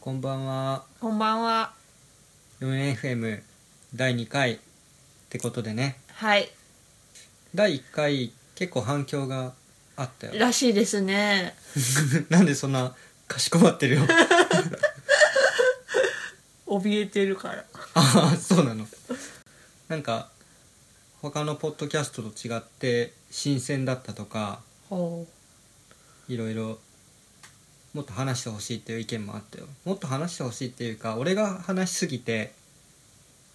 こんばんはこんばんは。 4FM 第2回ってことでねはい。第1回結構反響があったよらしいですね。 なんでそんなかしこまってる よ怯えてるから。ああそうなのなんか他のポッドキャストと違って新鮮だったとかほいろいろもっと話してほしいっていう意見もあったよもっと話してほしいっていうか俺が話しすぎて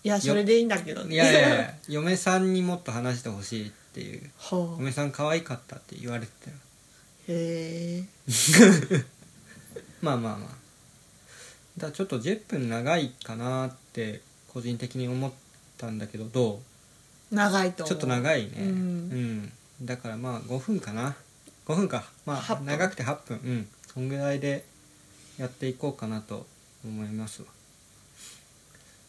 う。いや、それでいいんだけどね。いやいやいや嫁さんにもっと話してほしいっていうほう。嫁さん可愛かったって言われてたよへえ。まあまあまあだからちょっと10分長いかなって個人的に思ったんだけどど長いとうち思う。ょっと長いねう。うんんだからまあ5分かな5分かま8あ分長くて8分うんそんぐらいでやっていこうかなと思いますわ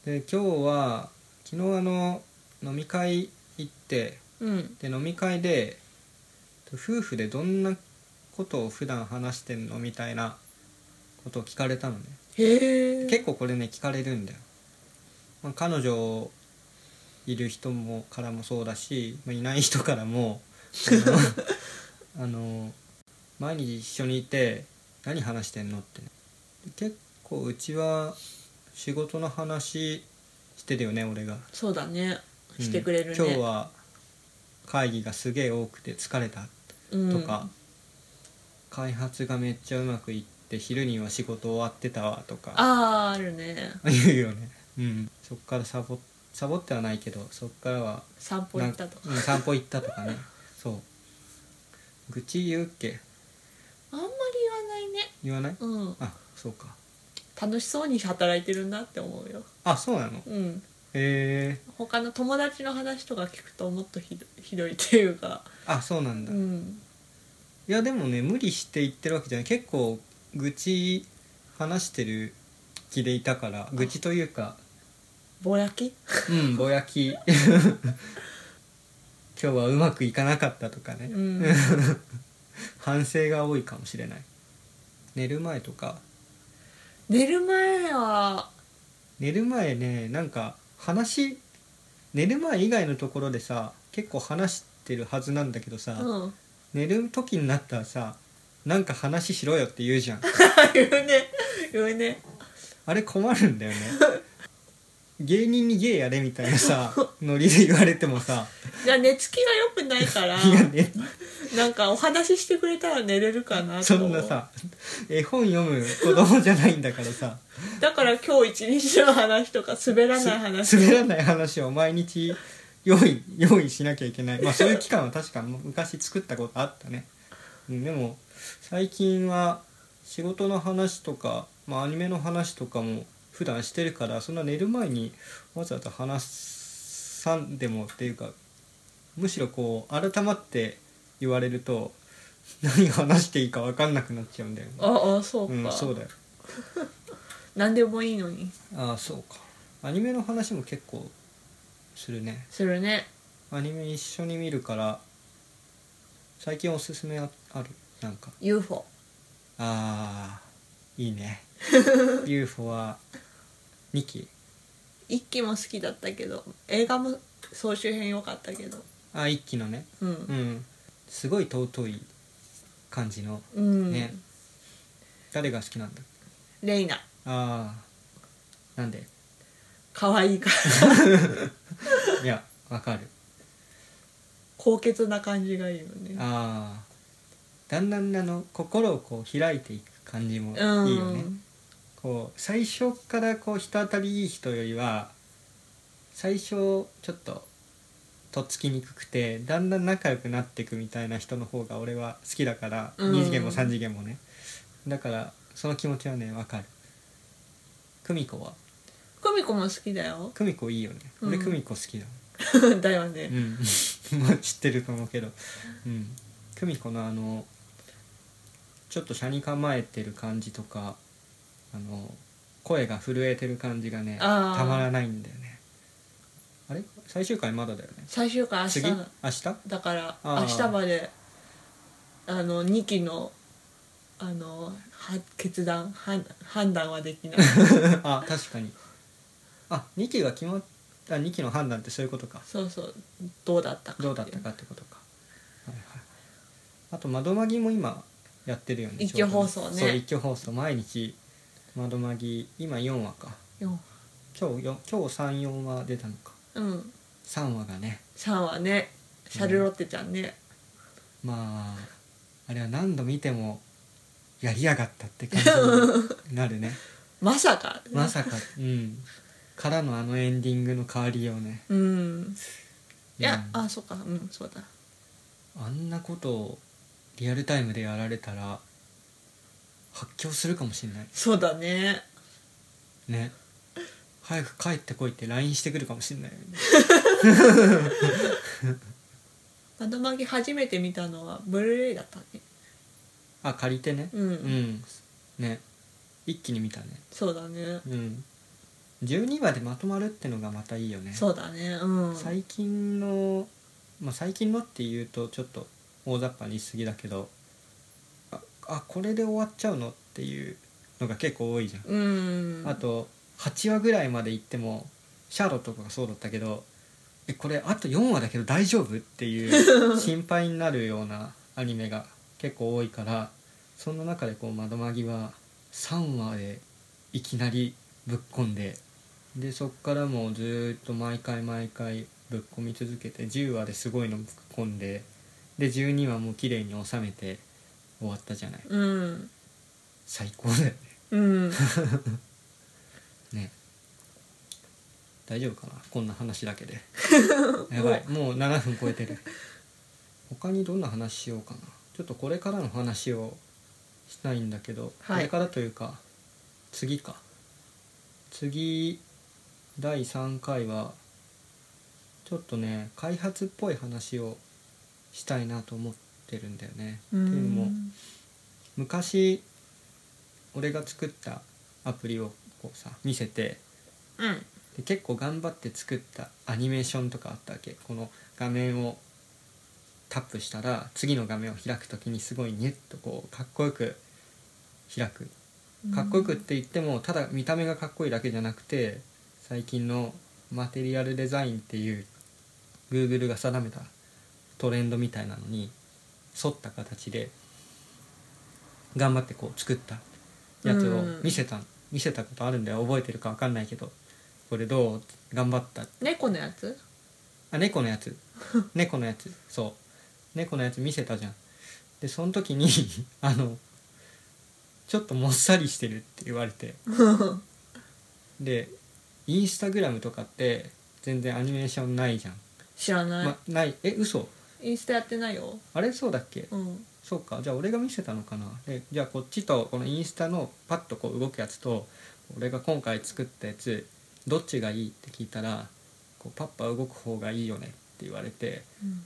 で今日は昨日あの飲み会行ってうん。で飲み会で夫婦でどんなことを普段話してんのみたいなことを聞かれたのねへえ。結構これね聞かれるんだよ、まあ、彼女いる人もからもそうだし、まあ、いない人からもあのあの毎日一緒にいて何話してんのってねで結構うちは仕事の話してるよね俺がそうだね。してくれるね。うん今日は会議がすげえ多くて疲れたとか、うん。開発がめっちゃうまくいって昼には仕事終わってたわとかああ、あるね。言うよね、うん、そっからサボサボってはないけどそっからは散歩行なっんたとか。うん散歩行ったとかねそう愚痴言うっけあんまり言わないね。言わないうん。あそうか楽しそうに働いてるんだって思うよ。あそうなのうん。へえ他の友達の話とか聞くともっとひどひどいっていうか。あそうなんうだ、いん。やでもね無理して言ってるわけじゃない結構愚痴話してる気でいたから愚痴という かぼやきうんぼやき 今日はうまくいかなかったとかね、 うん。反省が多いかもしれない寝る前とか寝る前は寝る前ねなんか話寝る前以外のところでさ結構話してるはずなんだけどさ、うん寝る時になったらさなんか話しろよって言うじ ゃん言うね言うねあれ困るんだよ ね芸人に芸やれみたいな さノリで言われてもさじゃあ寝つきが良くないからいやねなんかお話ししてくれたら寝れるかなとそんなさ絵本読む子供じゃないんだからさだから今日一日の話とか滑らない話す滑らない話を毎日用意用意しなきゃいけないまあそういう期間は確か昔作ったことあったねうんでも最近は仕事の話とか、まあ、アニメの話とかも普段してるからそんな寝る前にわざわざ話さんでもっていうかむしろこう改まって言われると何話していいか分かんなくなっちゃうんだよね。ああそうか、うん、そうだよ何でもいいのにああそうかアニメの話も結構するねするねアニメ一緒に見るから最近おすすめああるなんか UFO あーいい ね UFO は2期一期も好きだったけど映画も総集編良かったけどあ1期のねううんんすごい尊い感じのうん、ね誰が好きなんだレイナあーなんで可愛いから いやわかる高潔な感じがいいよねあーだんだんあの心をこう開いていく感じもいいうんよね、こう最初からこう人当たりいい人よりは最初ちょっととっつきにくくてだんだん仲良くなっていくみたいな人の方が俺は好きだから、うん2次元も3次元もねだからその気持ちはねわかる久美子は久美子も好きだよ 久美子いいよね俺うん久美子好きだだよね、うん、 まあ知ってると思うけどうん久美子のあのちょっと車に構えてる感じとかあの声が震えてる感じがねあーたまらないんだよねあれ最終回まだだよね最終回明日次明日 だからあー明日まであの2期のあのは決断は判断はで きないあ確かにあ2期が決まった2期の判断ってそういうことかそうそうどうだったかどうだったかってことか、はいはいはい、あと窓マギも今やってるよね一挙放送ねそう一挙放送毎日窓マギ今4話かよ今日よ今日34話出たのかうん3話がねシャンはねシャルロッテちゃんね、まああれは何度見てもやりやがったって感じにな るねまさかまさかうんからのあのエンディングの変わりようねうんいや、うんあそっかうんそうだあんなことをリアルタイムでやられたら発狂するかもしれないそうだねね早く帰ってこいって LINE してくるかもしれないよね窓マギ初めて見たのはブルーレイだったねあ借りてねうん、うんね一気に見たねそうだねうん12話でまとまるってのがまたいいよねそうだねうん最近の、まあ、最近のって言うとちょっと大雑把に言い過ぎだけどああこれで終わっちゃうのっていうのが結構多いじゃん、うんあと8話ぐらいまで行ってもシャーロットとかがそうだったけどえこれあと4話だけど大丈夫っていう 心配になるようなアニメが結構多いからそんな中でこう窓マギは3話でいきなりぶっこんででそっからもうずーっと毎回毎回ぶっ込み続けて10話ですごいのぶっこんでで12話も綺麗に収めて終わったじゃないうん最高だよね うんね大丈夫かなこんな話だけ でやばいもう7分超えてる他にどんな話しようかなちょっとこれからの話をしたいんだけど、はいこれからというか次か次第3回はちょっとね開発っぽい話をしたいなと思ってるんだよね。うっていうのもん昔俺が作ったアプリをこうさ見せてうんで結構頑張って作ったアニメーションとかあったわけこの画面をタップしたら次の画面を開く時にすごいニュッとこうかっこよく開くかっこよくって言ってもただ見た目がかっこいいだけじゃなくて最近のマテリアルデザインっていう Google が定めたトレンドみたいなのに沿った形で頑張ってこう作ったやつを見せた、見せたことあるんだよ覚えてるか分かんないけどこれどう頑張った猫のやつあ猫のやつ 猫のやつそう猫のやつ見せたじゃんでその時に あのちょっともっさりしてるって言われてでインスタグラムとかって全然アニメーションないじゃん、知らない、ま、ないえ嘘インスタやってないよあれそうだっけうんそうかじゃあ俺が見せたのかなでじゃあこっちとこのインスタのパッとこう動くやつと俺が今回作ったやつどっちがいいって聞いたらこうパッパ動く方がいいよねって言われてうん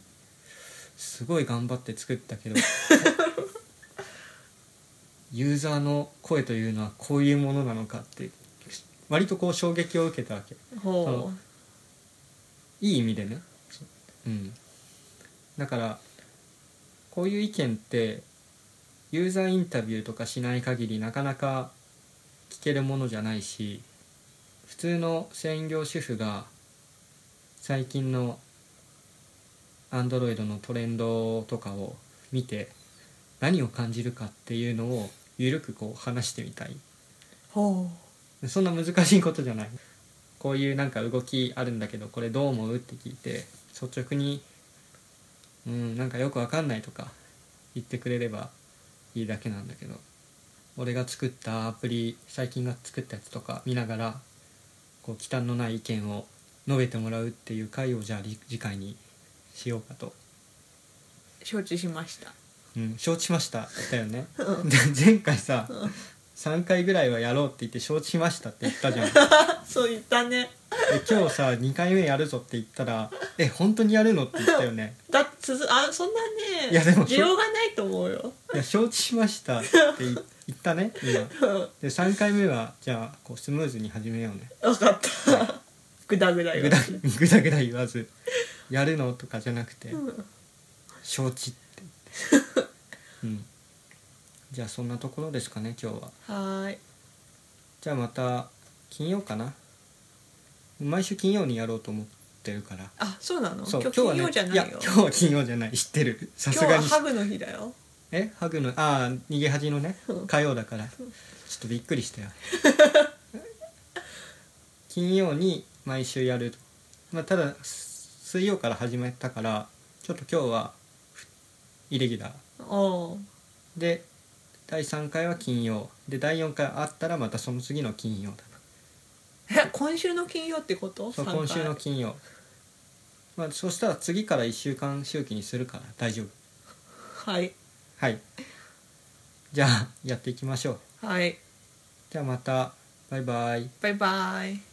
すごい頑張って作ったけどユーザーの声というのはこういうものなのかって割とこう衝撃を受けたわけほいい意味でねうんだからこういう意見ってユーザーインタビューとかしない限りなかなか聞けるものじゃないし普通の専業主婦が最近のアンドロイドのトレンドとかを見て何を感じるかっていうのをゆるくこう話してみたいうほそんな難しいことじゃないこういうなんか動きあるんだけどこれどう思うって聞いて率直にうんなんかよくわかんないとか言ってくれればいいだけなんだけど俺が作ったアプリ最近が作ったやつとか見ながらこう忌憚のない意見を述べてもらうっていう回をじゃあり次回にしようかと、う承知しましたうん、承知しましただよねうんで前回さ3回ぐらいはやろうって言って承知しましたって言ったじゃん そう言ったねえ今日さ2回目やるぞって言ったら「え本当にやるの?」って言ったよねだってつづあそんなねいやでも需要がないと思うよ 「いや承知しました」って言言ったね今うんで3回目はじゃあこうスムーズに始めようね分かったグダグダよぐだぐだぐだ言わず「やるの?」とかじゃなくてうん「承知」って言って、うん、じゃあそんなところですかね今日ははーいじゃあまた金曜かな毎週金曜にやろうと思ってるからあそうなのそう今日金は曜ねじゃないよや今日は金曜じゃない知ってるさす今日がはにハグの日だよえハグのああ逃げ恥のねうん火曜だからちょっとびっくりしたよ 金曜に毎週やると、まあ、ただす水曜から始めたからちょっと今日はふイレギュラーおうで第3回は金曜で第4回あったらまたその次の金曜だえ今週の金曜ってことそう三回今週の金曜まあそしたら次から1週間周期にするから大丈夫はいはいじゃあやっていきましょうはいじゃあまたバイバイバイバイ